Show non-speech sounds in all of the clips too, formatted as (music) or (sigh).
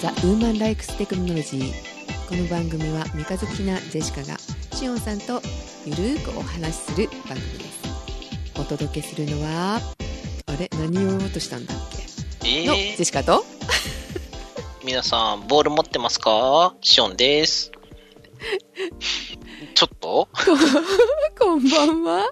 ザ・ウーマン・ライクス・テクノロジーこの番組は三日月なジェシカがシオンさんとゆるーくお話しする番組ですお届けするのはあれ何を言おうとしたんだっけのジえェー、シカと皆さん、ボール持ってますかシオンです。 (laughs) ちょっとこんばんは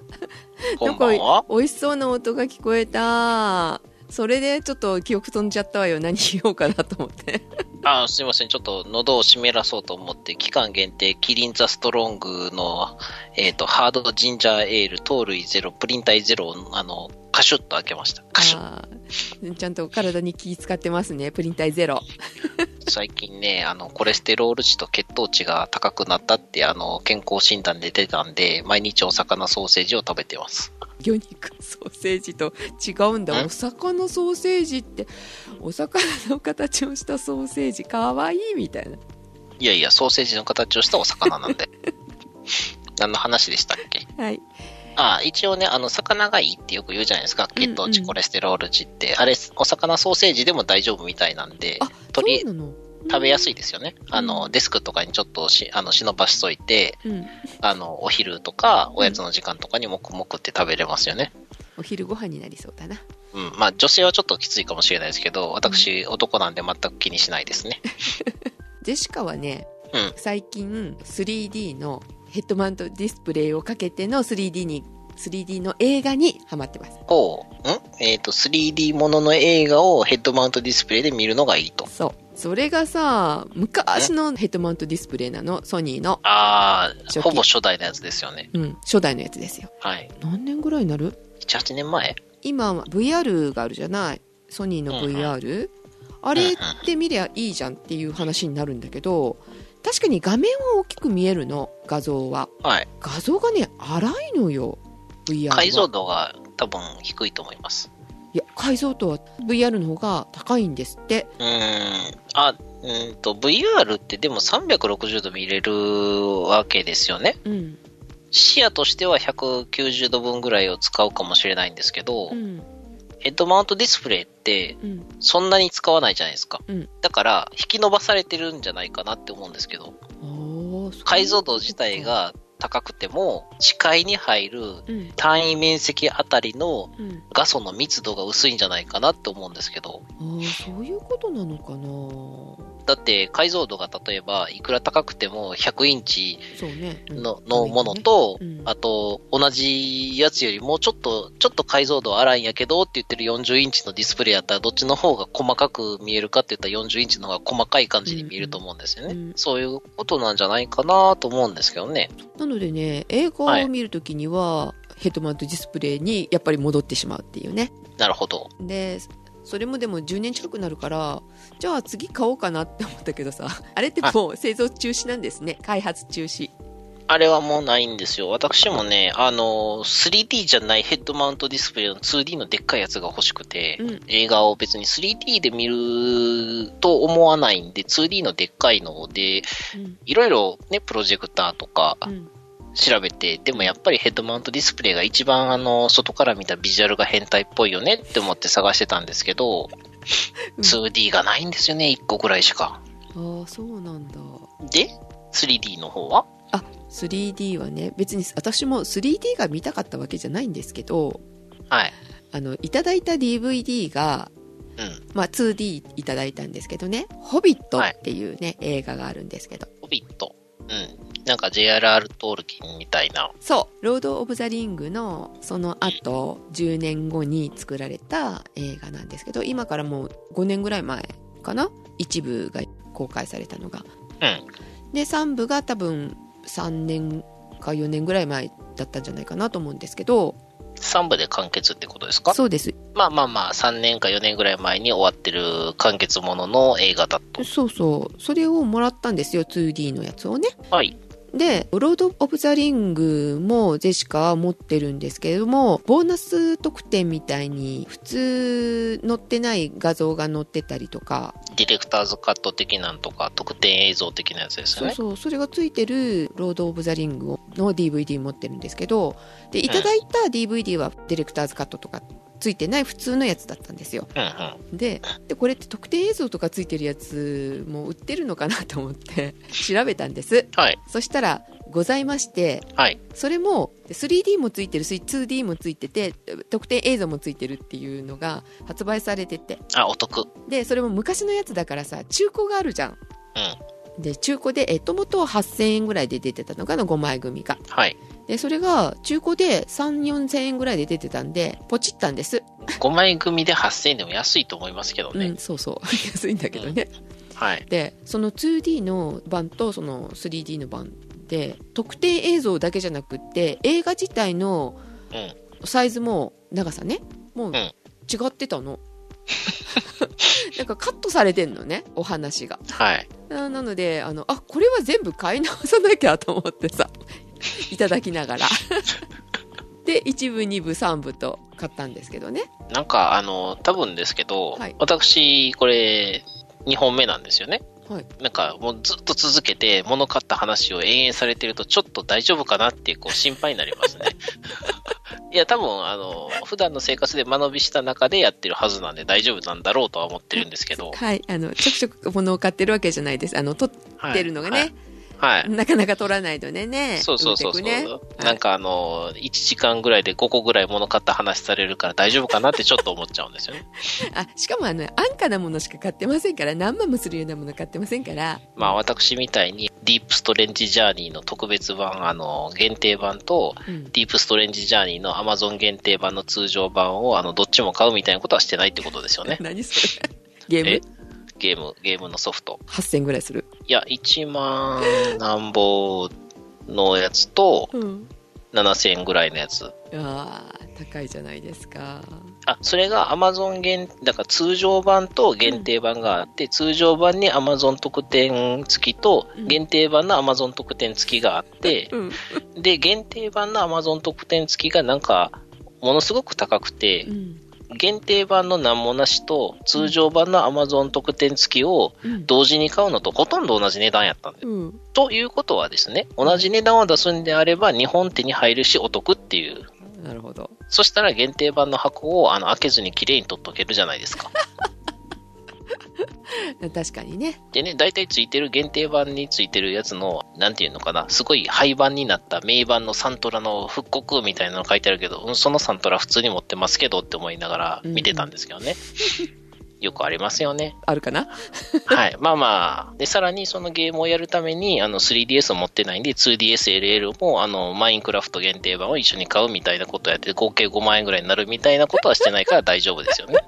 こんばんは美味しそうな音が聞こえたそれでちょっと記憶飛んじゃったわよ何言おうかなと思ってあ、すいません。ちょっと喉を湿らそうと思って、期間限定、キリンザストロングの、えっ、と、ハードジンジャーエール、糖類ゼロ、プリン体ゼロを、あの、カシュッと開けました。カシュッ。あーちゃんと体に気使ってますねプリン体ゼロ最近ね、あの、コレステロール値と血糖値が高くなったって、あの、健康診断で出たんで、毎日お魚ソーセージを食べてます。魚肉ソーセージと違うんだんお魚ソーセージってお魚の形をしたソーセージかわいいみたいないやいや、ソーセージの形をしたお魚なん (laughs) で。何の話でしたっけはいあ一応ね、あの、魚がいいってよく言うじゃないですか。血糖う値、んうんコレステロール値って。あれ、お魚ソーセージでも大丈夫みたいなんで、あ鳥そうなの食べやすいですよね。あうの、デスクとかにちょっとし、あの、忍ばしといて、うんあの、お昼とか、おやつの時間とかにもくもくって食べれますよね。お昼ご飯になりそうだなうん。まあ、女性はちょっときついかもしれないですけど、私、男なんで全く気にしないですね。ジェシカはね、うん最近 3D のヘッドマウントディスプレイをかけての 3D に 3D の映画にハマってますこう、んえっ、と、3D ものの映画をヘッドマウントディスプレイで見るのがいいと。そうそれがさ昔のヘッドマウントディスプレイなのソニーのあ初あ、期ほぼ初代のやつですよね。うん初代のやつですよはい。何年ぐらいになる7、8年前今は VR があるじゃないソニーの VR、あれって見りゃいいじゃんっていう話になるんだけど確かに画面は大きく見えるの画像ははい。画像がね荒いのよ VR は解像度が多分低いと思います。いや解像度は VR の方が高いんですってうーん。あ、うーんと、VR ってでも360度見れるわけですよね。うん視野としては190度分ぐらいを使うかもしれないんですけど、うんヘッドマウントディスプレイってうんそんなに使わないじゃないですか。うんだから、引き伸ばされてるんじゃないかなって思うんですけど、あーそう解像度自体が高くても、視界に入るうん単位面積あたりのうん画素の密度が薄いんじゃないかなって思うんですけど、あーそういうことなのかなだって解像度が例えばいくら高くても100インチそうね、うんの,、のものと、うんあと同じやつよりもうちょっとちょっと解像度荒いんやけどって言ってる40インチのディスプレイやったらどっちの方が細かく見えるかって言ったら40インチの方が細かい感じに見えると思うんですよね、うんうんうんそういうことなんじゃないかなと思うんですけどねなのでね映画を見るときには、ヘッドマウントディスプレイにやっぱり戻ってしまうっていうねなるほどでそれもでも10年近くなるからじゃあ次買おうかなって思ったけど (laughs) さあれってもう製造中止なんですね開発中止あれはもうないんですよ私もねあの 3D じゃないヘッドマウントディスプレイの 2D のでっかいやつが欲しくて、うん映画を別に 3D で見ると思わないんで 2D のでっかいのでうんいろいろねプロジェクターとかうん調べてでもやっぱりヘッドマウントディスプレイが一番あの外から見たビジュアルが変態っぽいよねって思って探してたんですけどうん 2D がないんですよね1個ぐらいしかああそうなんだで 3D の方はあ 3D はね別に私も 3D が見たかったわけじゃないんですけどはいあのいただいた DVD が、うんまあ、2D いただいたんですけどね「ホビット」っていうね、映画があるんですけどホビットうんなんか JRR トールキンみたいなそう「ロード・オブ・ザ・リング」のその後10年後に作られた映画なんですけど今からもう5年ぐらい前かな一部が公開されたのがうんで3部が多分3年か4年ぐらい前だったんじゃないかなと思うんですけど3部で完結ってことですかそうですまあまあまあ、3年か4年ぐらい前に終わってる完結ものの映画だと。そうそうそれをもらったんですよ 2D のやつをねはい。で「ロード・オブ・ザ・リング」もジェシカは持ってるんですけれどもボーナス特典みたいに普通載ってない画像が載ってたりとか、ディレクターズカット的なんとか、特典映像的なやつですよそうね。そうそれがついてる「ロード・オブ・ザ・リング」の DVD 持ってるんですけどでいただいた DVD はディレクターズカットとかついてない普通のやつだったんですようんうん。ででこれって特定映像とかついてるやつも売ってるのかなと思って調べたんですはい。そしたらございましてはい。それも 3D もついてるし 2D もついてて特典映像もついてるっていうのが発売されててあ、お得。でそれも昔のやつだからさ中古があるじゃんうん。で中古でえっともと8000円ぐらいで出てたのかな5枚組がはい。でそれが中古で34000円ぐらいで出てたんでポチったんです、 5枚組で8000円でも安いと思いますけどうね。んそうそう (laughs) 安いんだけどねはい。でその 2D の版とその 3D の版で特定映像だけじゃなくって映画自体のうん。サイズも長さねもううん違ってたの、 (laughs) なんかカットされてんのねお話がはい。ななのであのあこれは全部買い直さなきゃと思ってさ (laughs) いただきなが (laughs) らで1部2部3部と買ったんですけどねなんか、あの、多分ですけど、はい私、これ、2本目なんですよね。はいなんか、もうずっと続けて、物買った話を延々されてると、ちょっと大丈夫かなっていう、こう、心配にな (laughs) りますね。いや、多分、あの、普段の生活で間延びした中でやってるはずなんで、大丈夫なんだろうとは思ってるんですけど。はいあのちょくちょく物を買ってるわけじゃないですあの撮っはいてるのがね、。はい。はい (laughs) なかなか撮らないとねねそうそうそうそう、売ってくねいなんかあの、1時間ぐらいで5個ぐらい物買った話されるから大丈夫かなってちょっと思っちゃうんですよね。あしかもあの安価なものしか買ってませんから何万もするようなもの買ってませんからまあ私みたいにディープストレンジジャーニーの特別版、あの、限定版と、うん。ディープストレンジジャーニーの Amazon 限定版の通常版を、あの、どっちも買うみたいなことはしてないってことですよ (laughs) ね (laughs) 何それゲームえゲーム、ゲームのソフト。 8000ぐらいするいや、1万何ぼのやつと、うん7000円ぐらいのやつ。あー高いじゃないですかあ、それが Amazon 限、だから通常版と限定版があって、通常版に Amazon 特典付きとう、ん限定版の Amazon 特典付きがあって、うんで、限定版の Amazon 特典付きがなんか、ものすごく高くてう、ん限定版のなんもなしと、通常版の Amazon 特典付きをうん同時に買うのとほとんど同じ値段やったんです。うんということはですね、同じ値段を出すんであれば、日本手に入るし、お得っていう。なるほどそしたら限定版の箱をあの開けずに綺麗に取っとけるじゃないですか。確かにねでね、大体ついてる限定版についてるやつの、なんていうのかな、すごい廃盤になった名盤のサントラの復刻みたいなの書いてあるけど、うん、そのサントラ普通に持ってますけどって思いながら見てたんですけどね。 (laughs) よくありますよね。あるかなはい。まあまあ。で、さらにそのゲームをやるために、あの、3DS を持ってないんで、2DSLL も、あの、マインクラフト限定版を一緒に買うみたいなことをやって、合計5万円ぐらいになるみたいなことはしてないから大丈夫ですよね。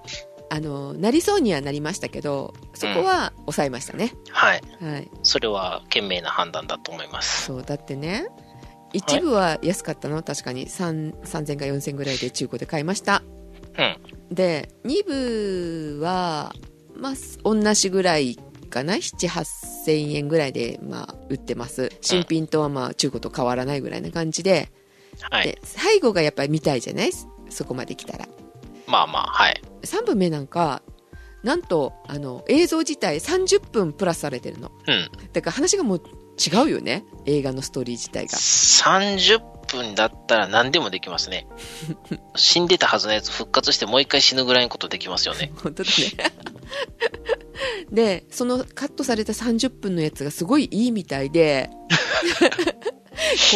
あのなりそうにはなりましたけどそこは抑えましたね、はい。はいそれは、賢明な判断だと思います。そうだってね一部は安かったの確かに3 3000か4000ぐらいで中古で買いましたうん。で2部はまあ同じぐらいかな78000円ぐらいで、まあ、売ってます新品とはまあ中古と変わらないぐらいな感じで,、はい。で最後がやっぱり見たいじゃないそこまで来たらまあまあ、はい。 3部目なんかなんとあの映像自体30分プラスされてるのうん。だから話がもう違うよね映画のストーリー自体が30分だったら何でもできます (laughs) ね。死んでたはずのやつ復活してもう一回死ぬぐらいのことできますよね。本当だね (laughs) でそのカットされた30分のやつがすごいいいみたいでこ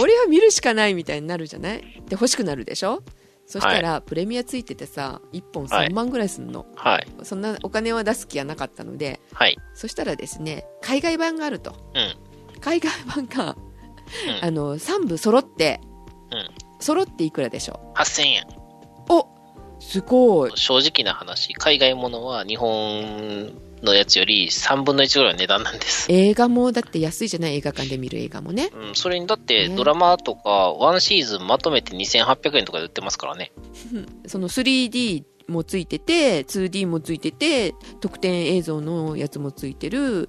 れは見るしかないみたいになるじゃないで欲しくなるでしょそしたら、プレミアついててさ1本はい3万ぐらいすんの、はい。そんなお金は出す気はなかったのではい。そしたらですね海外版があるとうん。海外版が、うんあの3部揃って、うん揃っていくらでしょ8000円。おすごい正直な話、海外ものは日本のやつより3分の1ぐらいの値段なんです。映画もだって安いじゃない映画館で見る映画もねうん、それにだってねドラマとかワンシーズンまとめて2800円とかで売ってますからね。その 3D もついてて 2D もついてて特典映像のやつもついてるうん。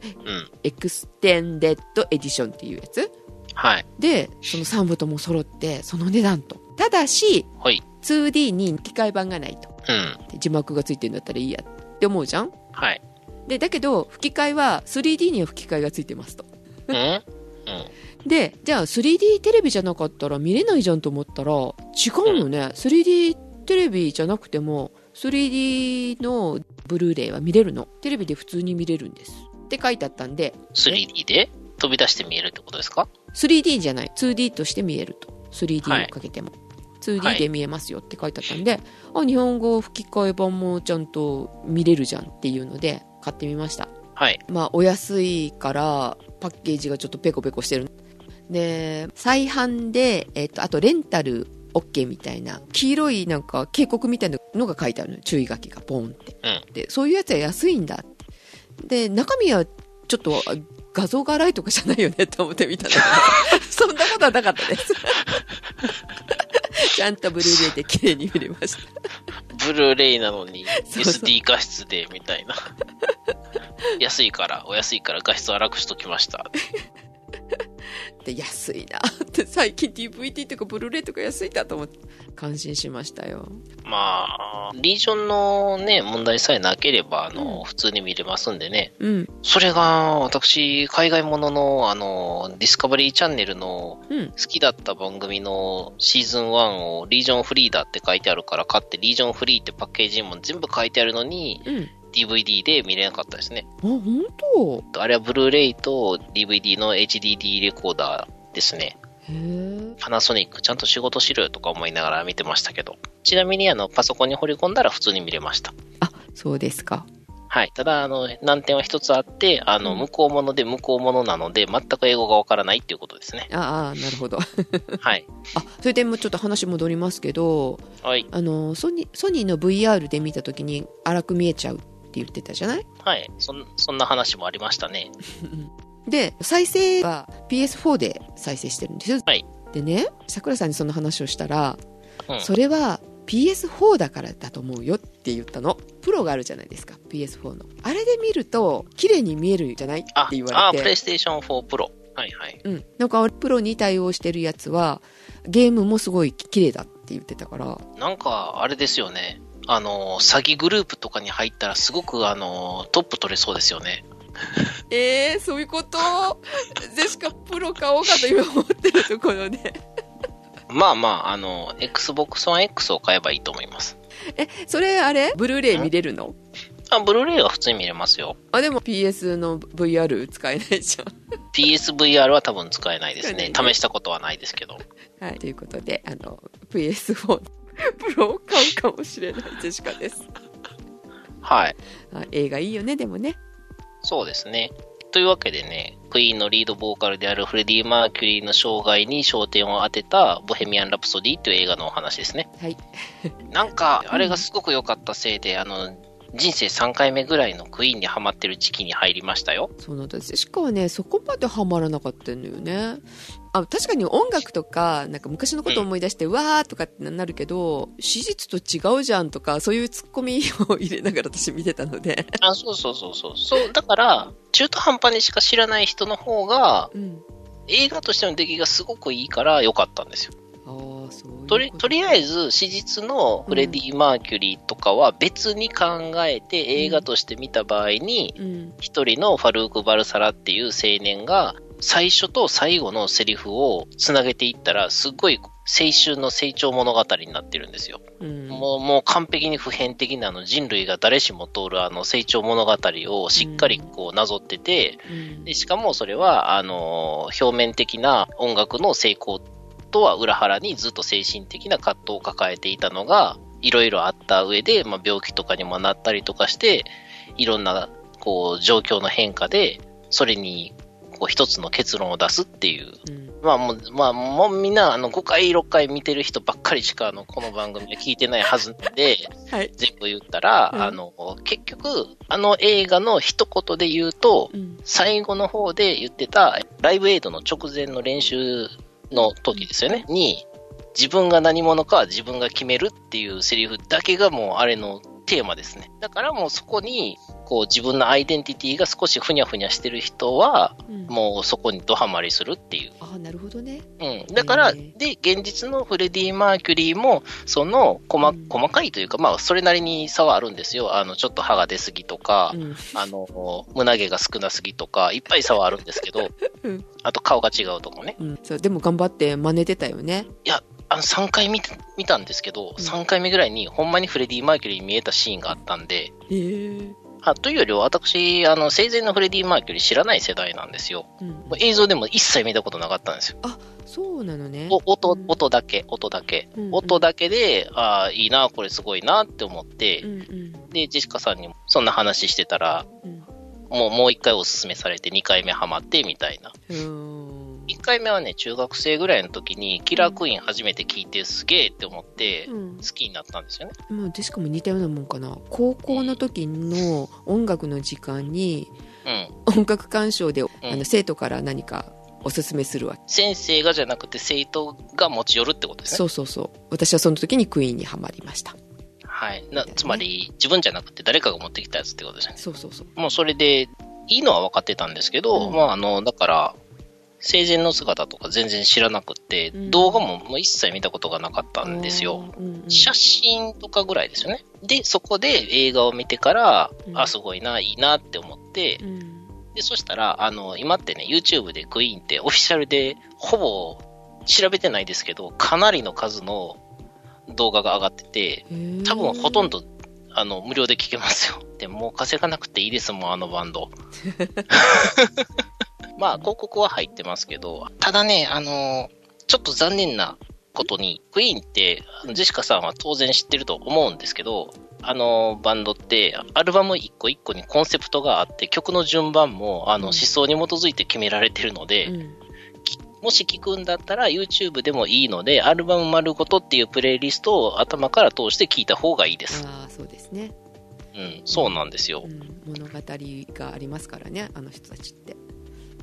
エクステンデッドエディションっていうやつはい。でその3部とも揃ってその値段とただしほい。 2D に機械版がないとうん。で字幕がついてるんだったらいいやって思うじゃん (laughs) はい。でだけど吹き替えは 3D には吹き替えがついてますとうんうん。でじゃあ 3D テレビじゃなかったら見れないじゃんと思ったら違うよね、3D テレビじゃなくても 3D のブルーレイは見れるのテレビで普通に見れるんですって書いてあったんで 3D で飛び出して見えるってことですか 3D じゃない 2D として見えると 3D をかけても、2D で見えますよって書いてあったんで、あ日本語吹き替え版もちゃんと見れるじゃんっていうので買ってみましたはい。まあお安いからパッケージがちょっとペコペコしてるで再販で、えっとあとレンタル OK みたいな黄色いなんか警告みたいなのが書いてあるの注意書きがボンって、うでそういうやつは安いんだってで中身はちょっとあ画像が荒いとかじゃないよねって思ってみたんだけど (laughs) そんなことはなかったです (laughs) ちゃんとブルーレイで綺麗に見れましたブルーレイなのにそうそう SD 画質でみたいな。 (laughs) 安いから、お安いから画質荒くしときました。で安いなって最近 DVD とかブルーレイとか安いなと思って感心しましたよまあ、リージョンのね、問題さえなければ、あの、うん普通に見れますんでね。うんそれが、私、海外ものの、あの、ディスカバリーチャンネルのうん好きだった番組のシーズン1をリージョンフリーだって書いてあるから買って、リージョンフリーってパッケージにも全部書いてあるのに、うん DVD で見れなかったですね。あ本当あれはブルーレイと DVD の HDD レコーダーですね。へえパナソニックちゃんと仕事しろよとか思いながら見てましたけど。ちなみにあのパソコンに掘り込んだら普通に見れました。あそうですかはい。ただ、あの、難点は一つあって、あの、向こうもので向こうものなので、全く英語がわからないっていうこ (laughs) とですね。ああなるほどあはい。それでもうちょっと話戻りますけどはい。あのソニーソニーの VR で見た時に荒く見えちゃうって言ってたじゃないはい。そん、そんな話もありましたね。で再生は PS4 で再生してるんですよ、はいでねさくらさんにその話をしたら、うんそれは PS4 だからだと思うよって言ったのプロがあるじゃないですか PS4 のあれで見ると綺麗に見えるんじゃないってあ、言わあ、れプてレイステーション4 Pro。はいはい。うん、なんかプロに対応してるやつはゲームもすごい綺麗だって言ってたからなんか、あれですよね。あの、詐欺グループとかに入ったら、すごく、あの、トップ取れそうですよね。えー、そういうことゼシカプロ買おうかと今思ってるところでまあまあ、あの、Xbox One X を買えばいいと思います。えそれあれブルーレイ見れるのあ、ブルーレイは普通に見れますよ。あでも PS の VR 使えないじゃ PSVR は多分使えないですね。使えないね試したことはないですけど。ん、はい、ということであの PS4 プロを買うかもしれないジェシカですはい。あ映画いいよねでもねそうですね。というわけでね、クイーンのリードボーカルであるフレディ・マーキュリーの生涯に焦点を当てたボヘミアン・ラプソディという映画のお話ですね。はいなんか、あれがすごく良かったせいで、あの、人生3回目ぐらいのクイーンにハマってる時期に入りましたよ。そうなんだジェシカはねそこまでハマらなかったんだよねあ確かに音楽とかなんか昔のこと思い出して、うわーとかってなるけど史実と違うじゃんとかそういうツッコミを入れながら私見てたので、あ、そうそうそうそう。そう、だから、中途半端にしか知らない人の方が、うん、映画としての出来がすごくいいから良かったんですよ。ああそういうことりとりあえず史実のフレディ・マーキュリーとかは別に考えて映画として見た場合にうん一人のファルーク・バルサラっていう青年が最初と最後のセリフをつなげていったらすっごい青春の成長物語になってるんですよ。うんもうもう完璧に普遍的なあの人類が誰しも通るあの成長物語をしっかりこうなぞってて、うんでしかもそれはあのー表面的な音楽の成功とは裏腹にずっと精神的な葛藤を抱えていたのがいろいろあった上で、まあ、病気とかにもなったりとかしていろんなこう状況の変化でそれにこう一つの結論を出すっていううんまあもう、まあもうみんなあの5回6回見てる人ばっかりしかあのこの番組で聞いてないはずなんで (laughs) はい全部言ったら、うんあの結局あの映画の一言で言うと、うん最後の方で言ってた、ライブエイドの直前の練習の時ですよね、に、自分が何者かは自分が決めるっていうセリフだけがもうあれのテーマですね。だからもうそこに、こう自分のアイデンティティが少しふにゃふにゃしてる人は、うんもうそこにドハマりするっていう。ああなるほどねうん。だから、へーで、現実のフレディ・マーキュリーも、その細、うん細かいというか、まあ、それなりに差はあるんですよ。あの、ちょっと歯が出すぎとか、うんあの、胸毛が少なすぎとか、いっぱい差はあるんですけど (laughs) うん、あと顔が違うとかね。うんそうでも頑張って真似てたよねいや、あの3回見た見たんですけど、うん3回目ぐらいにほんまにフレディ・マーキュリーに見えたシーンがあったんで、えーあというよりは私、あの生前のフレディ・マーキュリー知らない世代なんですよ。うん、映像でも一切見たことなかったんですよ。そうなのねお音うん音だけ、音だけ。うんうん音だけで、ああ、いいな、これすごいなって思って、うんうんで、ジェシカさんにもそんな話してたら、うんもうもう1回おすすめされて2回目ハマってみたいな。うーん1回目はね、中学生ぐらいの時に、キラークイーン初めて聞いてすげえって思って、うん好きになったんですよね。まあ、でしかも似たようなもんかな高校の時の音楽の時間にうん。音楽鑑賞で、あの生徒から何かおすすめするわけ、先生がじゃなくて生徒が持ち寄るってことですね。そうそうそう私はその時にクイーンにはまりましたはい。なつまり、自分じゃなくて誰かが持ってきたやつってことですね。そうそうそうもうそれで、いいのは分かってたんですけど、うんまああの、だから、生前の姿とか全然知らなくて、うん動画ももう一切見たことがなかったんですよ。あー、うんうん写真とかぐらいですよね。で、そこで映画を見てから、うんあ、すごいな、いいなって思って、うんで、そしたら、あの、今ってね、YouTube でクイーンってオフィシャルで、ほぼ、調べてないですけど、かなりの数の動画が上がってて、多分ほとんどど、あの、無料で聴けますよ。 (laughs) でも、もう稼がなくていいですもん、あのバ (laughs) ンド。まあ、広告は入ってますけど、ただね、あの、ちょっと残念なことに、クイーンって、あのジェシカさんは当然知ってると思うんですけど、あのバンドって、アルバム一個一個にコンセプトがあって、曲の順番もあのうん思想に基づいて決められてるので、もし聞くんだったら YouTube でもいいので、アルバム丸ごとっていうプレイリストを頭から通して聞いた方がいいです。ああそうですね、うん、そうなんですよう。ん、物語がありますからねあの人たちって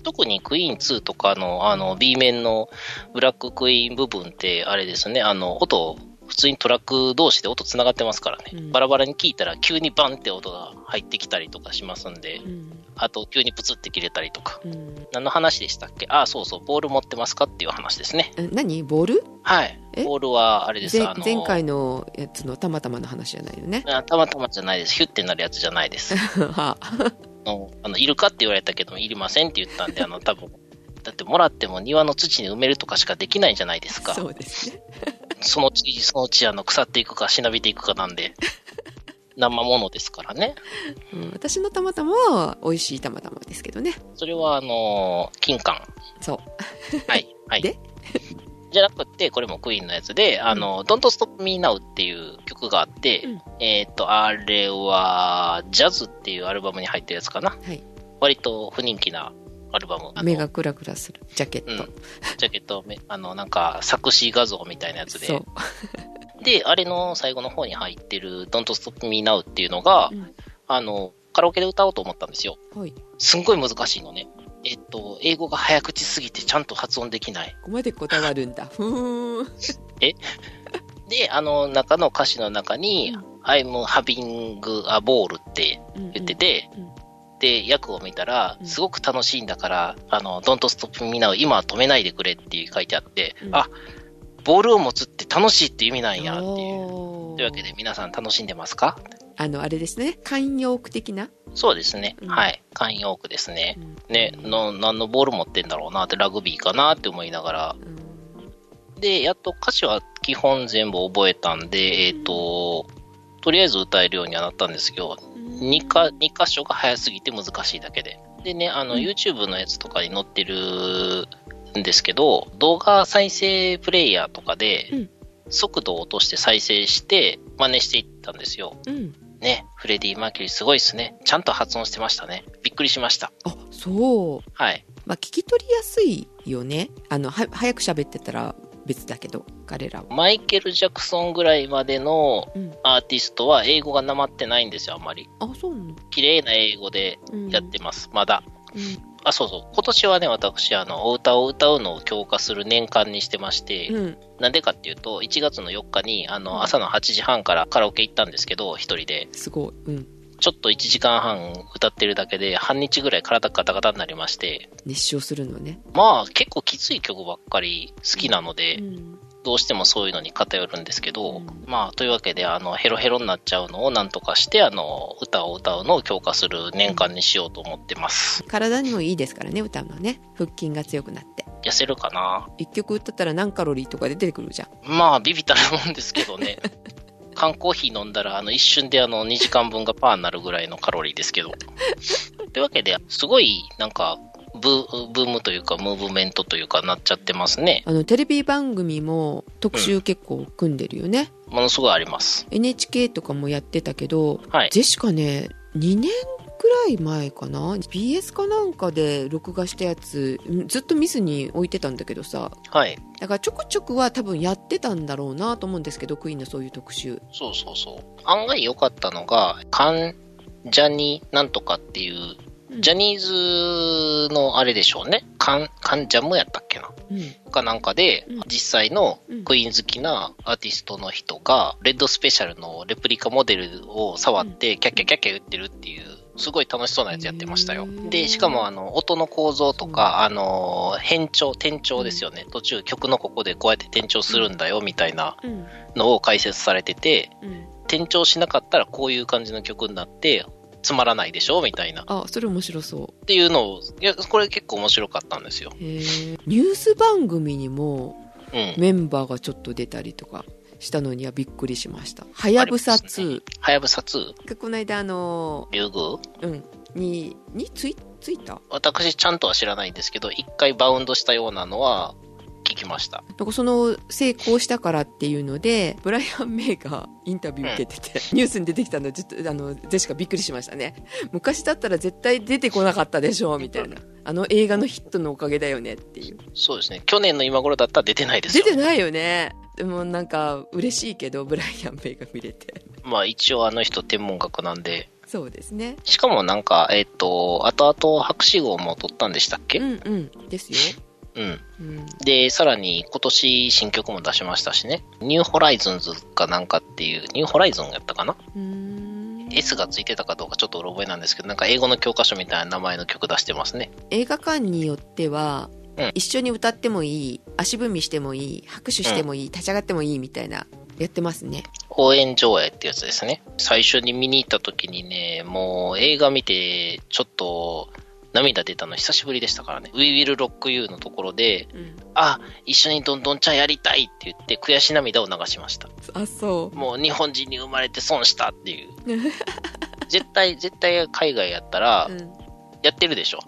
特にクイーン2とかのあの B 面のブラッククイーン部分って、あれですね、あの音、普通にトラック同士で音つながってますからね、うんバラバラに聞いたら急にバンって音が入ってきたりとかしますんで、うんあと急にプツって切れたりとか。うん何の話でしたっけああ、そうそう、ボール持ってますかっていう話ですね。え何ボールはい。えボールはあれです。ぜあの前回のやつのたまたまの話じゃないよねあたまたまじゃないです。ヒュッてなるやつじゃないです。は (laughs) ああの、あのいるかって言われたけど、いりませんって言っ (laughs) たんで、あの、多分だってもらっても庭の土に埋めるとかしかできないじゃないですか。(laughs) そそうですねのうち、そのうち、あの、腐っていくか、しなびていくかなんで、生ものですか (laughs) らね。うん、私のたまたまは美味しいたまたまですけどねそれは、あの、(laughs) 金管。そうはい。はい。でじゃなくて、これもクイーンのやつで、あの、Don't Stop Me Now っていう曲があって、うんえっと、あれは、ジャズっていうアルバムに入ってるやつかな。はい割と不人気なアルバム。あの目がクラクラするジャケット、うんジャケット、めあの、なんか、作詞画像みたいなやそつでう。、で、あれの最後の方に入ってる Don't Stop Me Now っていうのが、うんあの、カラオケで歌おうと思ったんですよ。はいすんごい難しいのね。えっと、英語が早口すぎてちゃんと発音できない。ここまでこだわるんだふーんで、あの、中の歌詞の中に、うん I'm having a ball って言ってて、うんうんうんで、訳を見たらう、んすごく楽しいんだから、あの、Don't Stop Me Now 今は止めないでくれって書いてあって、うんあ、ボールを持つって楽しいって意味なうんんやっていう。おーというわけで皆さん楽しんでますかあのあれですね慣用句的な、そうですね。うんはい。慣用句ですねう。んね、の、何のボール持ってんだろうなって、ラグビーかなって思いながら。うんで、やっと歌詞は基本全部覚えたんで、えっ、と、とりあえず歌えるようにはなったんですけど、2か、二箇所が早すぎて難しいだけで。でね、あの、うん YouTube のやつとかに載ってるんですけど、動画再生プレイヤーとかでうん、速度を落として再生して、真似していったんですよ。うんね、フレディ・マーキュリーすごいっすね。ちゃんと発音してましたね。びっくりしました。あそうはい。まあ聞き取りやすいよねあのは早く喋ってたら別だけど彼らはマイケル・ジャクソンぐらいまでのうんアーティストは英語がなまってないんですよ、あんまり。あそうなの、綺麗な英語でうんやってます、まだ。うあ、そうそう。今年はね、私、あの、お歌を歌うのを強化する年間にしてまして、んうんなんでかっていうと、1月の4日に、あうの、ん朝の8時半からカラオケ行ったんですけど、一人で。すごいうんちょっと1時間半歌ってるだけで、半日ぐらい体ガタガタになりまして、熱唱するのね、まあ、結構きつい曲ばっかり好きなので、うんどうしてもそういうのに偏るんですけうど、んまあというわけであのヘロヘロになっちゃうのをなんとかしてあの歌を歌うのを強化する年間にしようと思ってます体にもいいですからね歌うのはね腹筋が強くなって痩せるかな一曲歌ったら何カロリーとか出てくるじゃんまあビビたるもんですけどね缶コーヒー飲んだらあの一瞬であの2時間分がパーになるぐらいのカロリーですけどというわけですごいなんかブブームというかムーブメントというかなっちゃってますねあのテレビ番組も特集結構組んでるよね、ものすごいあります NHK とかもやってたけどはいジェシカね2年くらい前かな BS かなんかで録画したやつんずっとミスに置いてたんだけどさはいだからちょくちょくは多分やってたんだろうなと思うんですけどクイーンのそういう特集そうそうそう。案外良かったのが、関ジャニなんとかっていう、ジャニニーズのあれでしょうね。関、関ジャムやったっけなうんかなんかでうん、実際のクイーン好きなアーティストの人が、レッドスペシャルのレプリカモデルを触って、キャッキャキャッキャ言ってるっていう、すごい楽しそうなやつやってましたへよー。で、しかもあの、音の構造とか、あの、変調、転調ですよね。途中曲のここでこうやって転調するんだよ、みたいなうんのを解説されてて、うん転調しなかったらこういう感じの曲になってつまらないでしょみたいなっあそれ面白そていうのをいやこれ結構面白かったんですようへえニュース番組にもうんメンバーがちょっと出たりとかしたのにはびっくりしました「はやぶさ2」はやぶさ2がこの間あのリュウグウうんにについついた私ちゃんとは知らないんですけど一回バウンドしたようなのは聞きましたなんかその成功したからっていうのでブライアン・メイがインタビュー受けてて、ニュースに出てきたのちょっとあのジェシカびっくりしましたね昔だったら絶対出てこなかったでしょうみたいなあの映画のヒットのおかげだよねっていうそうですね去年の今頃だったら出てないです出よてないよねでもなんか嬉しいけどブライアン・メイが見れてまあ一応あの人天文学なんでそうですねしかもなんかえっ、と後々博士号も取ったんでしたっけううん、んうんですよ、うん、でさらに今年新曲も出しましたしねニューホライズンズかなんかっていうニューホライズンやったかなうーん S がついてたかどうかちょっとうろ覚えなんですけど、なんか英語の教科書みたいな名前の曲出してますね。映画館によっては、うん一緒に歌ってもいい足踏みしてもいい拍手してもいい、立ち上がってもいいみたいなやってますね公演上映ってやつですね。最初に見に行った時にね、もう映画見て、ちょっと涙出たの久しぶりでしたからね。We Will Rock You のところで、うんあ、一緒にどんどんちゃんやりたいって言って悔し涙を流しました。あそうもう日本人に生まれて損したって (laughs) いう。絶対、絶対海外やったらう、ん、やってるでしょ。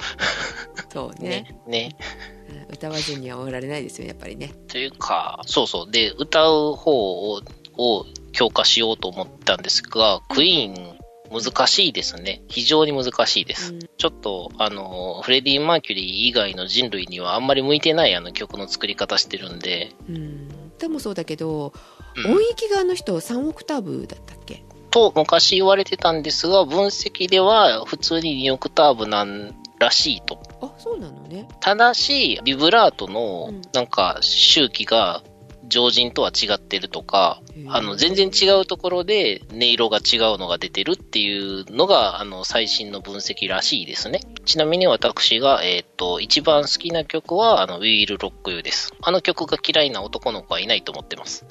そうねね。ね。うん歌わずには終わられないですよねやっぱりねというか、そうそう。で、歌う方をを強化しようと思ったんですが、クイーン、難しいですね。非常に難しいです。うんちょっと、あの、フレディ・マーキュリー以外の人類にはあんまり向いてないあの曲の作り方してるんで、うん歌もそうだけど、うん音域があの人3オクターブだったっけと昔言われてたんですが、分析では普通に2オクターブなんらしいと。あそうなのねただし、ビブラートうのんなんか周期が常人とは違ってるとか、へーあの全然違うところで音色が違うのが出てるっていうのがあの最新の分析らしいですね。ちなみに私が、えーっと一番好きな曲はあの We Will Rock You です。あの曲が嫌いな男の子はいないと思ってます。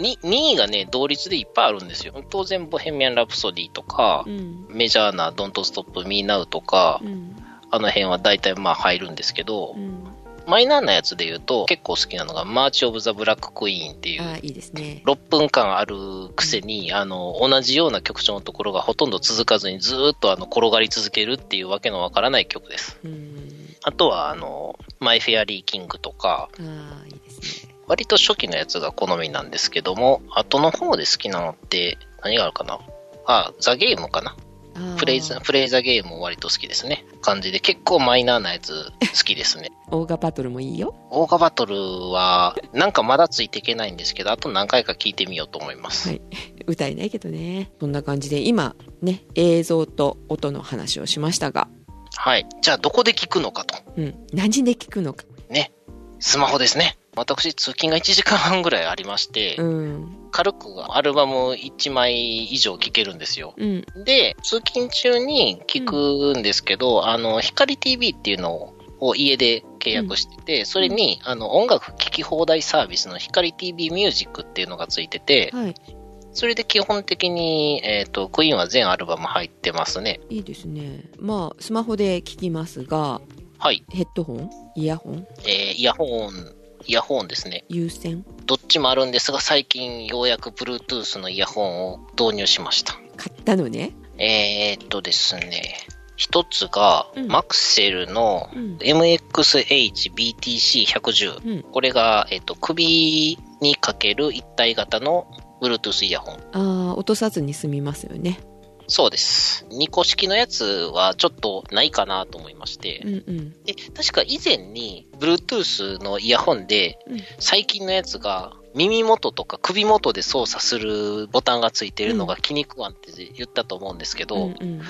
に2位がね、同率でいっぱいあるんですよ。当然、ボヘミアン・ラプソディとかう、んメジャーな Don't Stop Me Now とかう、んあの辺は大体まあ入るんですけどう、んマイナーなやつで言うと結構好きなのがマーチ・オブ・ザ・ブラック・クイーンっていうあいいですね6分間あるくせに、あの、同じような曲調のところがほとんど続かずにずーっとあの転がり続けるっていうわけのわからない曲です。うんあとは、あの、マイ・フェアリー・キングとか、あいいですね割と初期のやつが好みなんですけども、後の方で好きなのって何があるかなあ、ザ・ゲームかなあープレイザ、プレイザ・ゲームも割と好きですね。感じで結構マイナーなやつ好きですね。オーガバトルもいいよオーガバトルは、なんかまだついていけないんですけど、あと何回か聞いてみようと思います。はい歌えないけどねそんな感じで今ね映像と音の話をしましたが、はい。じゃあ、どこで聞くのかと。うん、何で聞くのか、ね。スマホですね。私、通勤が1時間半ぐらいありまして、うん、軽くアルバム1枚以上聴けるんですよ。うんで、通勤中に聞くんですけど、あの、光 TV っていうのを家で契約してて、それにあの音楽聴き放題サービスの光 TV ミュージックっていうのがついてて、はいそれで基本的に、えっ、と、クイーンは全アルバム入ってますね。いいですねまあスマホで聞きますがはい。ヘッドホンイヤホンえーイヤホン、イヤホンですね。有線どっちもあるんですが、最近ようやく Bluetooth のイヤホンを導入しました。買ったのねえー、っとですね、一つが、うんマクセルのうん MXH-BTC110。うんこれが、えっと、首にかける一体型の Bluetooth イヤホン。あー落とさずに済みますよねそうです。2個式のやつはちょっとないかなと思いましてう。んうんで、確か以前に Bluetooth のイヤホンで、うん最近のやつが耳元とか首元で操作するボタンがついてるのが気に食わんって言ったと思うんですけど、うんうん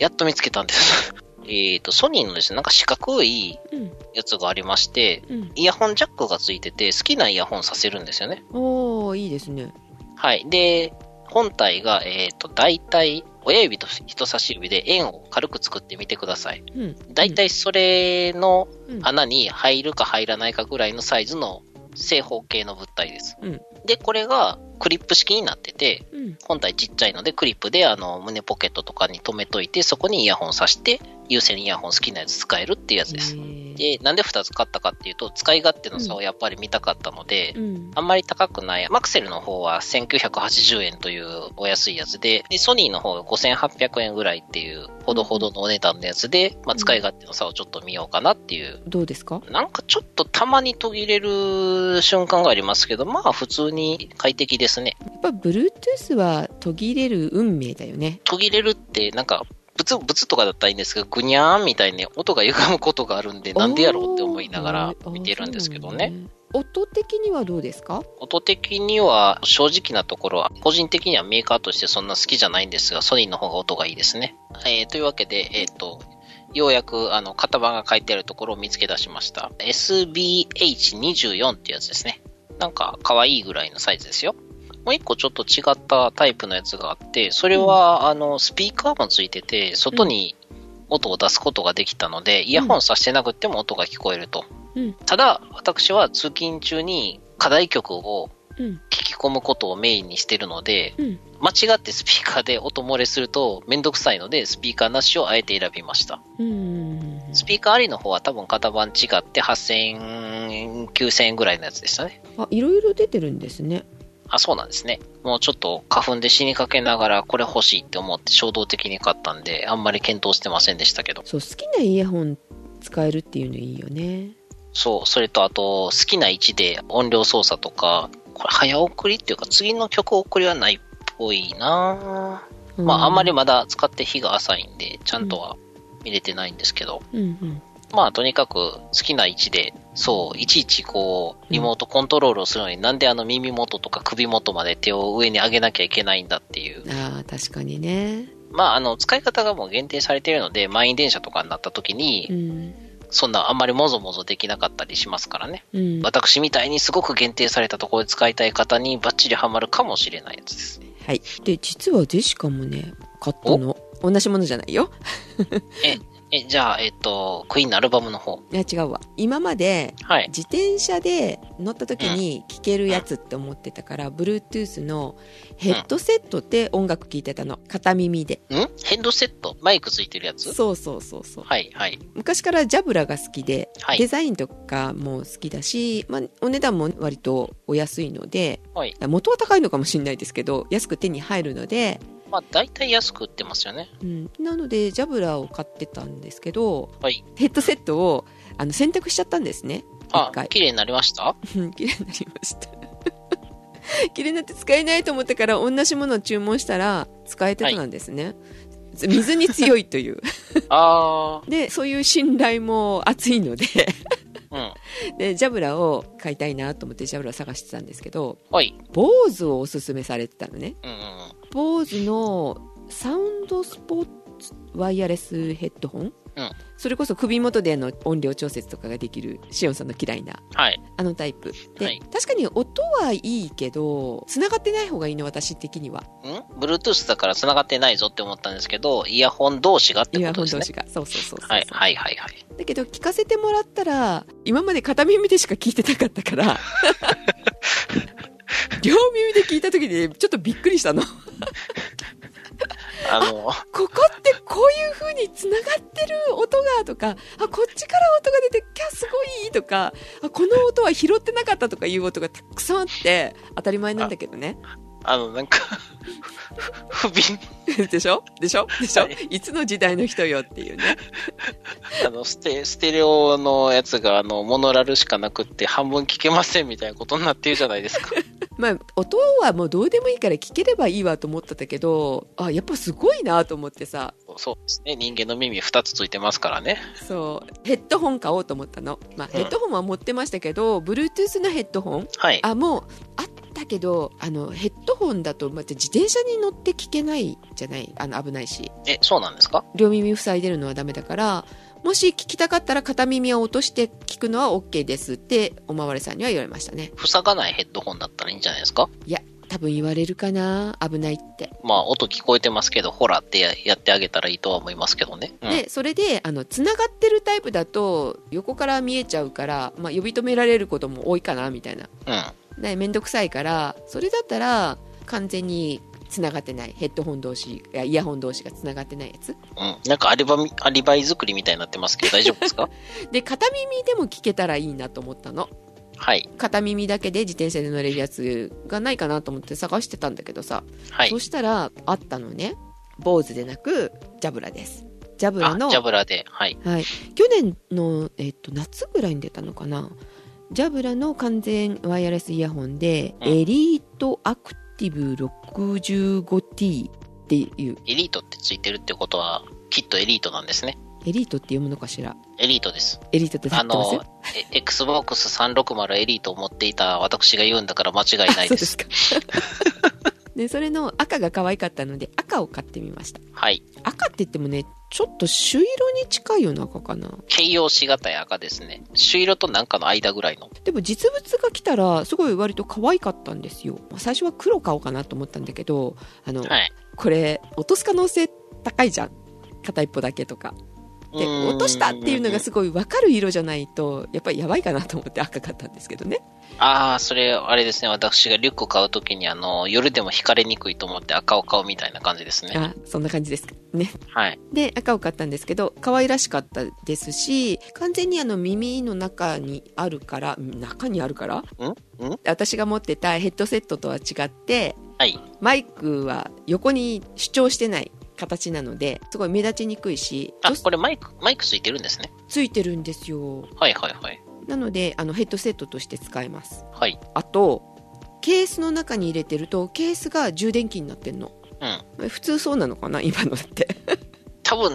やっと見つけたんです。 (laughs) えっと、ソニーのですね、なんか四角いうんやつがありまして、うんイヤホンジャックがついてて、好きなイヤホンさせるんですよね。おーいいですねはい。で、本体が、えっ、と、大体、親指と人差し指で円を軽く作ってみてください。うん大体それのうん穴に入るか入らないかぐらいのサイズの正方形の物体です。うんで、これがクリップ式になってて、うん本体ちっちゃいのでクリップであの胸ポケットとかに留めといて、そこにイヤホン挿して、有線イヤホン好きなやつ使えるっていうやつです。えで、なんで2つ買ったかっていうと、使い勝手の差をやっぱり見たかったので、ーうんあんまり高くない。マクセルの方は1980円というお安いやつで、でソニーの方が5800円ぐらいっていうほどほどのお値段のやつで、まあ、使い勝手の差をちょっと見ようかなっていう。どうですかなんかちょっとたまに途切れる瞬間がありますけど、まあ普通に快適ですね。やっぱ Bluetooth は途切れる運命だよね途切れるってなんか、ブツブツとかだったらいいんですけど、ぐにゃーんみたいに音が歪むことがあるんで、なんでやろうって思いながら見てるんですけどね。おー。音的にはどうですか音的には正直なところは、個人的にはメーカーとしてそんな好きじゃないんですが、ソニーの方が音がいいですね。えーというわけで、えっ、と、ようやくあの型番が書いてあるところを見つけ出しました。SBH24 ってやつですね。なんか可愛いぐらいのサイズですよ。もう一個ちょっと違ったタイプのやつがあって、それは、あのスピーカーもついてて、外に音を出すことができたので、イヤホンさしてなくても音が聞こえると。うんただ、私は通勤中に課題曲をうん聞き込むことをメインにしてるので、うん間違ってスピーカーで音漏れするとめんどくさいので、スピーカーなしをあえて選びました。うんうんうんうんスピーカーありの方は多分型番違って8000円、9000円ぐらいのやつでしたね。あいろいろ出てるんですねあ、そうなんですね。もうちょっと花粉で死にかけながらこれ欲しいって思って衝動的に買ったんで、あんまり検討してませんでしたけど。そう好きなイヤホン使えるっていうのいいよねそう、それとあと、好きな位置で音量操作とか、これ早送りっていうか次の曲送りはないっぽいなぁまあ、あんまり、まだ使って日が浅いんで、ちゃんとは見れてないんですけど、うんうんまあ、とにかく好きな位置で、そう、いちいちこう、リモートコントロールをするのに、なんであの耳元とか首元まで手を上に上げなきゃいけないんだっていううん、。ああ確かにねまあ、あの、使い方がもう限定されているので、満員電車とかになった時うに、ん、そんなあんまりもぞもぞできなかったりしますからね。うん、は私みたいにすごく限定されたところで使いたい方にバッチリハマるかもしれないやつです。いで実はジェシカもね買ったの同じものじゃないよえ、じゃあ、えっと、クイーンのアルバムの方。いや違うわ今まではい。自転車で乗った時に聴けるやつって思ってたから Bluetooth のヘッドセットで音楽聴いてたの片耳でんヘッドセットマイクついてるやつそうそうそうそうはいはい。昔からジャブラが好きで、はいデザインとかも好きだし、まあ、お値段も割とお安いのではい。元は高いのかもしれないですけど安く手に入るので、まあ大体安く売ってますよね。うん、なのでジャブラを買ってたんですけどはい。ヘッドセットをあの選択しちゃったんですねあ一回、綺麗になりま (laughs) したうん綺麗になりました (laughs) 綺麗になって使えないと思ったから同じものを注文したら使えてたんですね、水に強いというあでそういう信頼も厚いのでー。うん。でジャブラを買いたいなと思ってジャブラを探してたんですけどはい。坊主をおすすめされてたのねうんうん。坊主のサウンドスポーツワイヤレスヘッドホン、うんそれこそ首元での音量調節とかができるシオンさんの嫌いなはい。あのタイプで、はい確かに音はいいけど繋がってない方がいいの私的にはん ?Bluetooth だから繋がってないぞって思ったんですけど、イヤホン同士がってイこヤとホンです同ね。士がそうそうそうそうはいはいはいはい。だだけど聞かせてもらったら今まで片耳でしか聞いてなかったから両耳で聞いた時にちょっとびっくりしたのこあの、こってこういう風につながってる音がとかあこっちから音が出てキャすごいいいとかあこの音は拾ってなかったとかいう音がたくさんあって当たり前なんだけどね (laughs) あの、なんか (laughs) 不憫、でしょでしょでしょはいつの時代の人よっていうね (laughs) あの、ステ、ステレオのやつが、あの、モノラルしかなくって半分聞けませんみたいなことになってるじゃない (laughs) ですか。まあ、音はもうどうでもいいから聞ければいいわと思ったんだけどあやっぱすごいなと思ってさそうですね。人間の耳2つついてますからね。そうヘッドホン買おうと思ったの、まあ、ヘッドホンは持ってましたけど、Bluetooth のヘッドホンはい。あもうあったけどあのヘッドホンだとまた自転車に乗って聞けないじゃないあの危ないしえ、そうなんですか両耳塞いでるのはダメだからもし聞きたかったら片耳を落として聞くのは OK ですっておまわりさんには言われましたね塞がないヘッドホンだったらいいんじゃないですか多分言われるかな危ないってまあ、音聞こえてますけど、ほらってややってあげたらいいとは思いますけどね。うん、でそれであのつながってるタイプだと横から見えちゃうから、まあ、呼び止められることも多いかなみたいなうん。ね面倒くさいからそれだったら完全につながってないヘッドホン同士いやイヤホン同士がつながってないやつうん。なんかアリバミ、アリバイ作りみたいになってますけど、大丈夫ですか (laughs) で片耳でも聞けたらいいなと思ったのはい。片耳だけで自転車で乗れるやつがないかなと思って探してたんだけどさ、はいそ。したらあったのね坊主でなくジャブラですジャブラあ、のジャブラで。はい。はい、去年の、えっと夏ぐらいに出たのかなジャブラの完全ワイヤレスイヤホンで、うんエリートアクティブ 65T っていうエリートってついてるってことは、きっとエリートなんですね。エリートって読むのかしらエリートです。エリートって知っあてますの、え Xbox360 エリートを持っていた私が言うんだから間違いないそうで。ですすか (laughs) でそれの赤が可愛かったので赤を買ってみましたはい。赤って言ってもねちょっと朱色に近いような赤かな形容しがたい赤ですね。朱色となんかの間ぐらいの。でも実物が来たらすごい割と可愛かったんですよまあ最初は黒買おうかなと思ったんだけどあの、はい。これ落とす可能性高いじゃん片一方だけとかでうーん落としたっていうのがすごい分かる色じゃないとやっぱりやばいかなと思って赤かったんですけどねああ、それ、あれですね。私がリュック買うときに、あの、夜でも引かれにくいと思って赤を買うみたいな感じですね。あそんな感じですかねはい。で赤を買ったんですけど可愛らしかったですし完全にあの耳の中にあるから中にあるからんん私が持ってたヘッドセットとは違ってはい。マイクは横に主張してない形なのですごい目立ちにくいしあ、これマイク、マイクついてるんですね。ついてるんですよはいはいはい。なのであのヘッドセットとして使えますはい。あとケースの中に入れてるとケースが充電器になってんのうん。普通そうなのかな (laughs) 今のって多分、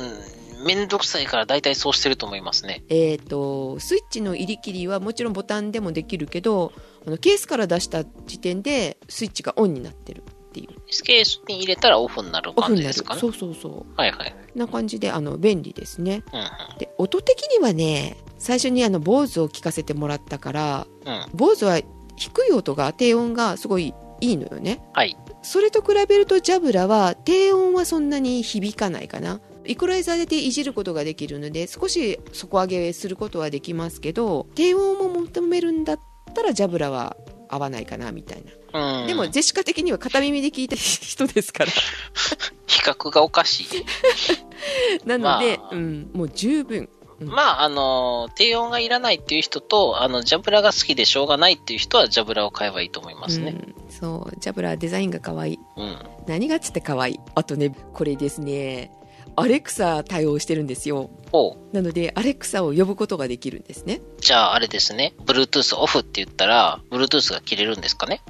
めんどくさいから大体そうしてると思いますね。えっとスイッチの入り切りはもちろんボタンでもできるけどあのケースから出した時点でスイッチがオンになってるっていうスケースに入れたらオフになるオフ感にじなるですかね。そうそうそはいはい。うな感じであの便利ですねうんで音的にはね最初にあの坊主を聞かせてもらったからうん。うん。坊主は低い音が低音がすごいいいのよねはい。それと比べるとジャブラは低音はそんなに響かないかなイコライザーでいじることができるので少し底上げすることはできますけど低音も求めるんだったらジャブラは合わないかなみたいな、うん。でもジェシカ的には片耳で聞いた人です (laughs) から比較がおかしい。なので、まあうん、もう十分うんまあ、あの、低音がいらないっていう人と、あの、ジャブラが好きでしょうがないっていう人は、ジャブラを買えばいいと思いますね。うん、そうジャブラはデザインが可愛いうん。何がっつって可愛いあとねこれですねアレクサ対応してるんですよほう。なのでアレクサを呼ぶことができるんですねじゃあ、あれですね。Bluetooth オフって言ったら、Bluetooth が切れるんですかね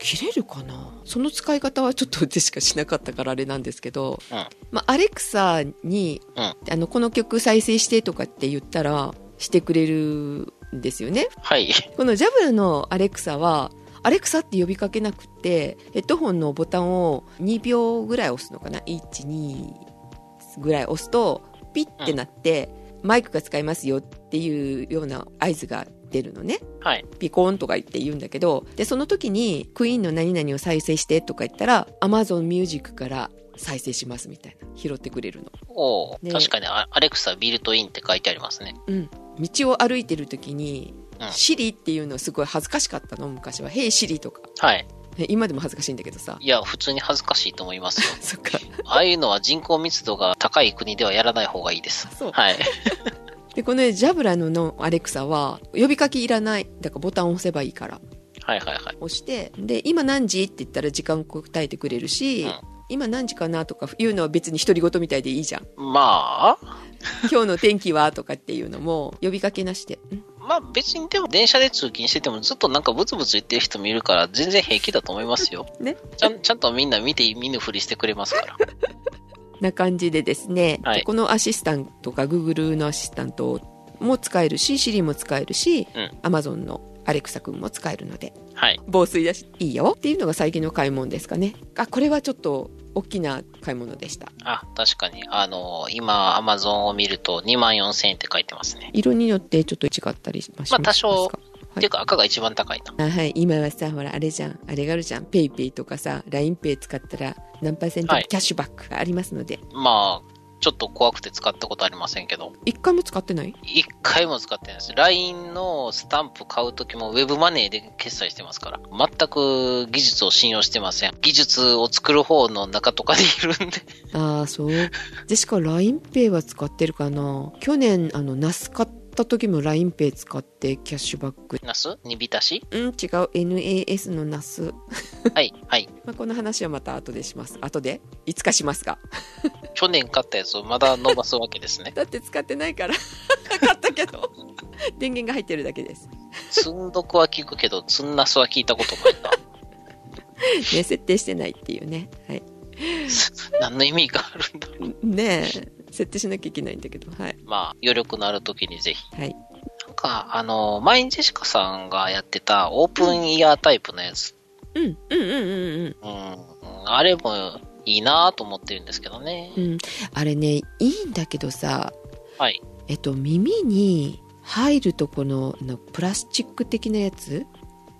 切れるかなその使い方はちょっとでしかしなかったからあれなんですけど、うんまあ、アレクサに、うんあのこの曲再生してとかって言ったらしてくれるんですよねはい。 (laughs) このジャブラのアレクサはアレクサって呼びかけなくってヘッドホンのボタンを2秒ぐらい押すのかな12ぐらい押すとピッてなって、マイクが使えますよっていうような合図が出るのねはい。ピコーンとか言って言うんだけどでその時に「クイーンの何々を再生して」とか言ったら Amazon Music から再生しますみたいな拾ってくれるのおお、ね確かにアアレクサビルトインって書いてありますね。うん道を歩いてる時にう「んシリ」っていうのすごい恥ずかしかったの昔は「ヘイシリ」とか、はい。ね今でも恥ずかしいんだけどさ。いや、普通に恥ずかしいと思いますよ (laughs) そっかああいうのは人口密度が高い国ではやらない方がいいです。そうはい。でこのジャブラののアレクサは呼びかけいらないだからボタンを押せばいいからはいはいはい。押してで今何時って言ったら時間答えてくれるし、うん今何時かなとか言うのは別に独り言みたいでいいじゃんまあ、 (laughs) 今日の天気はとかっていうのも呼びかけなしでんまあ別にでも電車で通勤しててもずっとなんかブツブツ言ってる人もいるから全然平気だと思いますよ。ねちゃんちゃんとみんな見て見ぬふりしてくれます (laughs) から。な感じでですね、はいでこのアシスタントが Google のアシスタントも使えるし Siri も使えるし、うん Amazon のアレクサ君も使えるのではい。防水だしいいよっていうのが最近の買い物ですかねあこれはちょっと大きな買い物でしたあ、確かに。あの、今、アマゾンを見ると2万4000円って書いてますね。色によってちょっと違ったりしますかまあ多少はいっていうか赤が一番高いな。あはい今はさほらあれじゃんあれがあるじゃんペイペイとかさ l i n e イ使ったら何パーセントはいキャッシュバックがありますので、まあ、ちょっと怖くて使ったことありませんけど、一回も使ってない一回も使ってないです。LINE のスタンプ買うときも Web マネーで決済してますから、全く技術を信用してません。技術を作る方の中とかでい (laughs) るんで。ああそうジェシカ l i n e イは使ってるかな去年あのナス買った時も l i n e イ使ってキャッシュバックナス煮浸しうん違う NAS のナス、はい、はい。まあ、この話はまた後でします後でいつかしますが去年買ったやつをまだ伸ばすわけで (laughs) すね。だって使ってないから買ったけど電源が入ってるだけです積んどくは聞くけど、積んなすは聞いたことないな。ね、設定してないっていうね、はい、 (laughs) 何の意味があるんだろう。ねえ設定しなきゃいけないんだけどはい、まあ、余力のあるときにぜひ。はい、なんか、あの、前にジェシカさんがやってたオープンイヤータイプのやつうんうんうんうんうんうん、あれもいいなと思ってるんですけどね。うんあれねいいんだけどさはい。えっと耳に入るとこのあのプラスチック的なやつ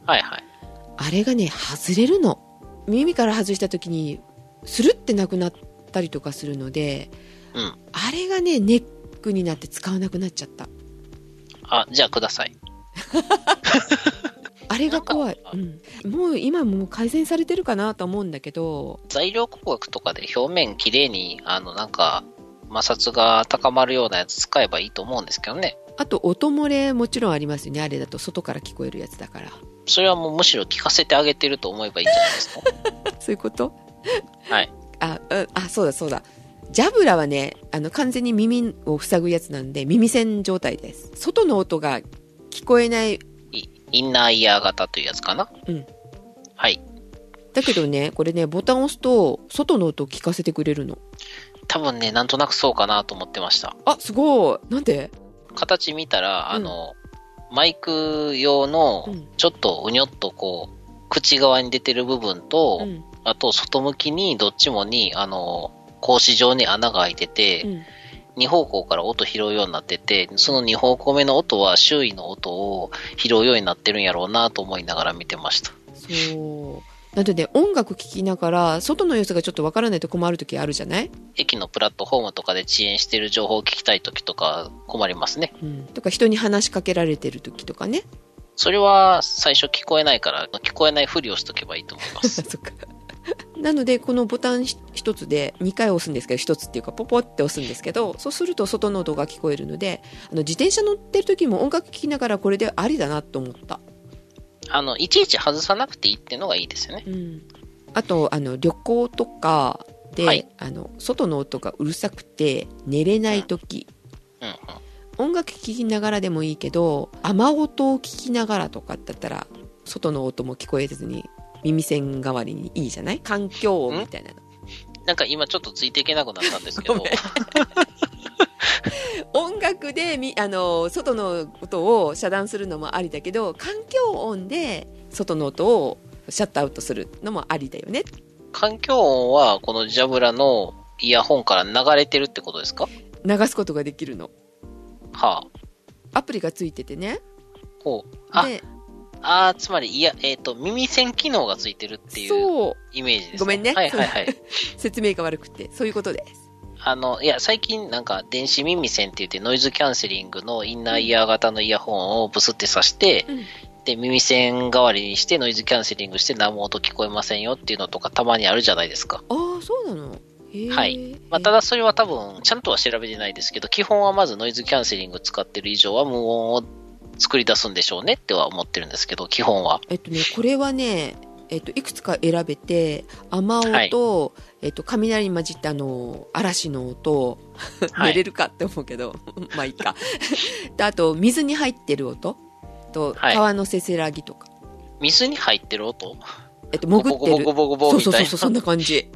はいはい。あれがね外れるの耳から外した時にスルってなくなったりとかするので、うんあれがねネックになって使わなくなっちゃったあ、じゃあください。あれが怖いなん、かうん、もう今もう改善されてるかなと思うんだけど材料工学とかで表面きれいに、あの、なんか、摩擦が高まるようなやつ使えばいいと思うんですけどね。あと音漏れもちろんありますよねあれだと外から聞こえるやつだからそれはもうむしろ聞かせてあげてると思えばいいんじゃない (laughs) ですか。そういうことはいあうんあそうだそうだジャブラはねあの完全に耳を塞ぐやつなんで耳栓状態です外の音が聞こえないいインナーイヤー型というやつかな。うん。はい。だけどねこれねボタンを押すと外の音を聞かせてくれるの多分ね、なんとなくそうかなと思ってました。あすごいなんで形見たら、うんあの、マイク用のうん、ちょっとうにょっとこう、口側に出てる部分と、うんあと、外向きに、どっちもに、あの、格子状に穴が開いてうて、ん二2方向から音拾うようになってて、その2方向目の音は周囲の音を拾うようになってるんやろうなと思いながら見てました。そうなんでね音楽聴きながら外の様子がちょっとわからないと困る時あるじゃない、駅のプラットフォームとかで遅延してる情報を聞きたい時とか困りますね。うん、とか人に話しかけられてる時とかねそれは最初聞こえないから、聞こえないふりをしとけばいいと思いま (laughs) す。そっか。なのでこのボタンひ一つで2回押すんですけど一つっていうかポポって押すんですけどそうすると外の音が聞こえるのであの自転車乗ってる時も音楽聴きながらこれでありだなと思った、あの、いちいち外さなくていいっていうのがいいですよね。うん、あとあの旅行とかで、はいあの外の音がうるさくて寝れない時、うんうん。音楽聴きながらでもいいけど雨音を聞きながらとかだったら外の音も聞こえずに耳栓代わりにいいじゃない環境音みたいななんか今ちょっとついていけなくなったんですけ (laughs) どごめん、音楽でみあの外の音を遮断するのもありだけど環境音で外の音をシャットアウトするのもありだよね環境音はこのジャブラのイヤホンから流れてるってことですか流すことができるのはあ。アプリがついててねほう。あ、でああ、つまり、いや、えっ、と、耳栓機能がついてるっていうそう。イメージです、ごめんねはいはいはい。説明が悪くて、そういうことです。あの、いや、最近なんか電子耳栓って言ってノイズキャンセリングのインナーイヤー型のイヤホンをブスって挿して、うんで、耳栓代わりにしてノイズキャンセリングして何も音聞こえませんよっていうのとかたまにあるじゃないですか。ああ、そうなの。へえはい。まあ、ただそれは多分、ちゃんとは調べてないですけど、基本はまずノイズキャンセリング使ってる以上は無音を作り出すんでしょうねっては思ってるんですけど、基本は。えっとね、これはね、えっと、いくつか選べて、雨音と、えっと、雷に混じったあの、嵐の音、はい寝れるかって思うけど、 (laughs) まあいいか。とあと、水に入ってる音と、はい川のせせらぎとか、水に入ってる音えっと、ボ潜コってボるコ。ボコボコそうそみうたそいうそう、そんな感じ。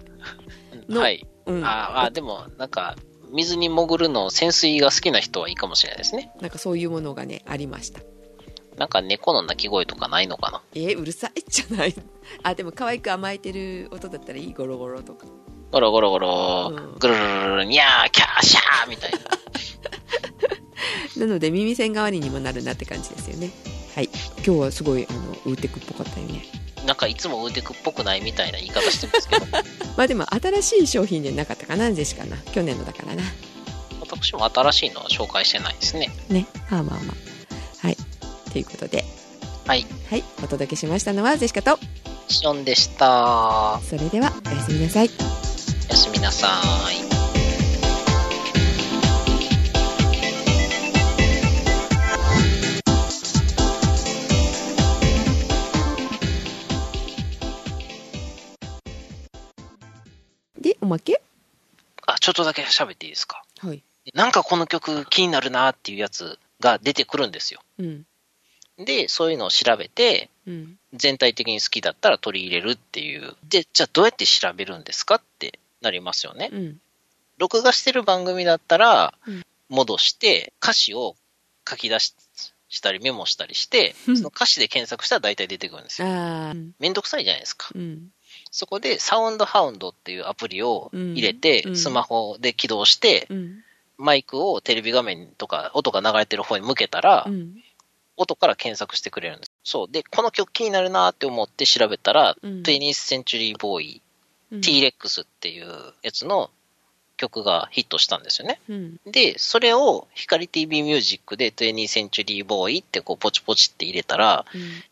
な。のはい。うん。あーあー、でも、なんか、水に潜るの、潜水が好きな人はいいかもしれないですね。なんかそういうものがね、ありました。なんか猫の鳴き声とかないのかなえーうるさいじゃないあ、でも可愛く甘えてる音だったらいい、ゴロゴロとか。ゴロゴロゴロう、んぐるるるるる、にゃー、キャー、シャーみたいな。なので耳栓代わりにもなるなって感じですよね。はい。今日はすごい、あの、ウーテクっぽかったよね。なんかいつもウーテクっぽくないみたいな言い方してますけど、まあでも新しい商品じゃなかったかな、ジェシカな。去年のだからな。私も新しいのは紹介してないですね。ね。まあまあまあ。はい。ということで。はい。はい。お届けしましたのはジェシカと、シオンでした。おそれではおやすみなさい。やすみなさーい。で、おまけあ、ちょっとだけ喋っていいですかはい。なんかこの曲気になるなーっていうやつが出てくるんですよ。うん。で、そういうのを調べて、うん。全体的に好きだったら取り入れるっていう。で、じゃあどうやって調べるんですかってなりますよね。うん。録画してる番組だったらうん、戻して歌詞を書き出ししたりメモしたりして、うそんの歌詞で検索したら大体出てくるんですよ。ああ。うんめんどくさいじゃないですか。うん。そこでサウンドハウンドっていうアプリを入れて、うんうんスマホで起動して、うん。マイクをテレビ画面とか音が流れてる方に向けたら、うん。音から検索してくれるんです。そう。で、この曲気になるなって思って調べたら、うんテニスセンチュリーボーイ、うん。 T-Rex っていうやつの曲がヒットしたんですよね。うん。で、それを光 TV ミュージックで20 Century Boy ってこうポチポチって入れたら、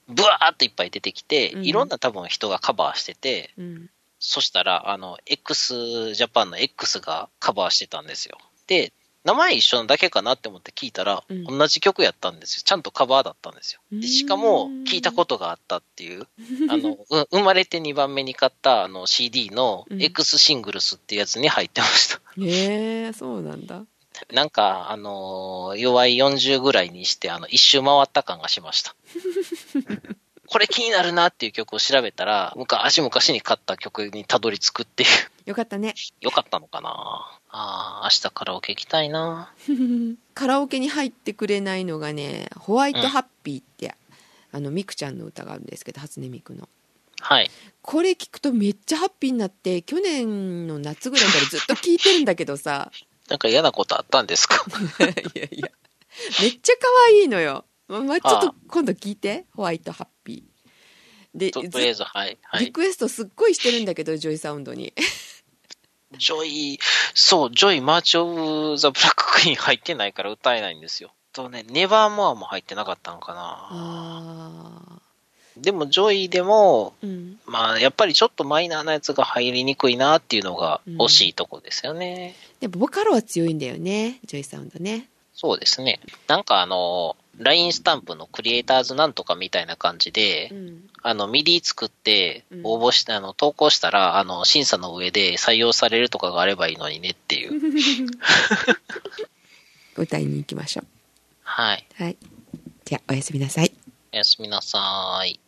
ブワーっといっぱい出てきて、うんいろんな多分人がカバーしてて、うん。そしたら、あの、x ジャパンの X がカバーしてたんですよ。で、名前一緒なだけかなって思って聞いたら、うん同じ曲やったんですよ。ちゃんとカバーだったんですよ。うーんでしかも、聞いたことがあったって (laughs) いう、あの、う生まれて2番目に買ったあの CD のうん X シングルスってやつに入ってました。 (laughs) へえ、そうなんだ。なんか、あのー弱い40ぐらいにして、あの、一周回った感がしました。 (laughs) これ気になるなっていう曲を調べたら、昔々に買った曲にたどり着くっていう。よかったね。よかったのかなああ、明日カラオケ行きたいな。 (laughs) カラオケに入ってくれないのがね「ホワイトハッピー」って、あのミクちゃんの歌があるんですけど初音ミクのはい。これ聞くとめっちゃハッピーになって去年の夏ぐらいからずっと聞いてるんだけどさなんか嫌なことあったんですか (laughs) いやいやめっちゃ可愛いのよ、ままちょっと今度聞いて「ホワイトハッピー」でとず (laughs) とりあえず、はい。はリい。クエストすっごいしてるんだけどジョイサウンドにジョイ、そう、ジョイ、マーチ・オブ・ザ・ブラック・クイーン入ってないから歌えないんですよ。とね、ネバーモアも入ってなかったのかな。あでも、ジョイでも、ーうんまあ、やっぱりちょっとマイナーなやつが入りにくいなっていうのがうん惜しいとこですよね。でもボカロは強いんだよねジョイサウンドねそうですね。なんかあの、LINE スタンプのクリエイターズなんとかみたいな感じで、うんあの、ミディ作ってうん、応募して、あの、投稿したら、あの、審査の上で採用されるとかがあればいいのにねっていう。 (laughs) 歌いに行きましょうはい。はい。じゃあ、おやすみなさい。おやすみなさーい。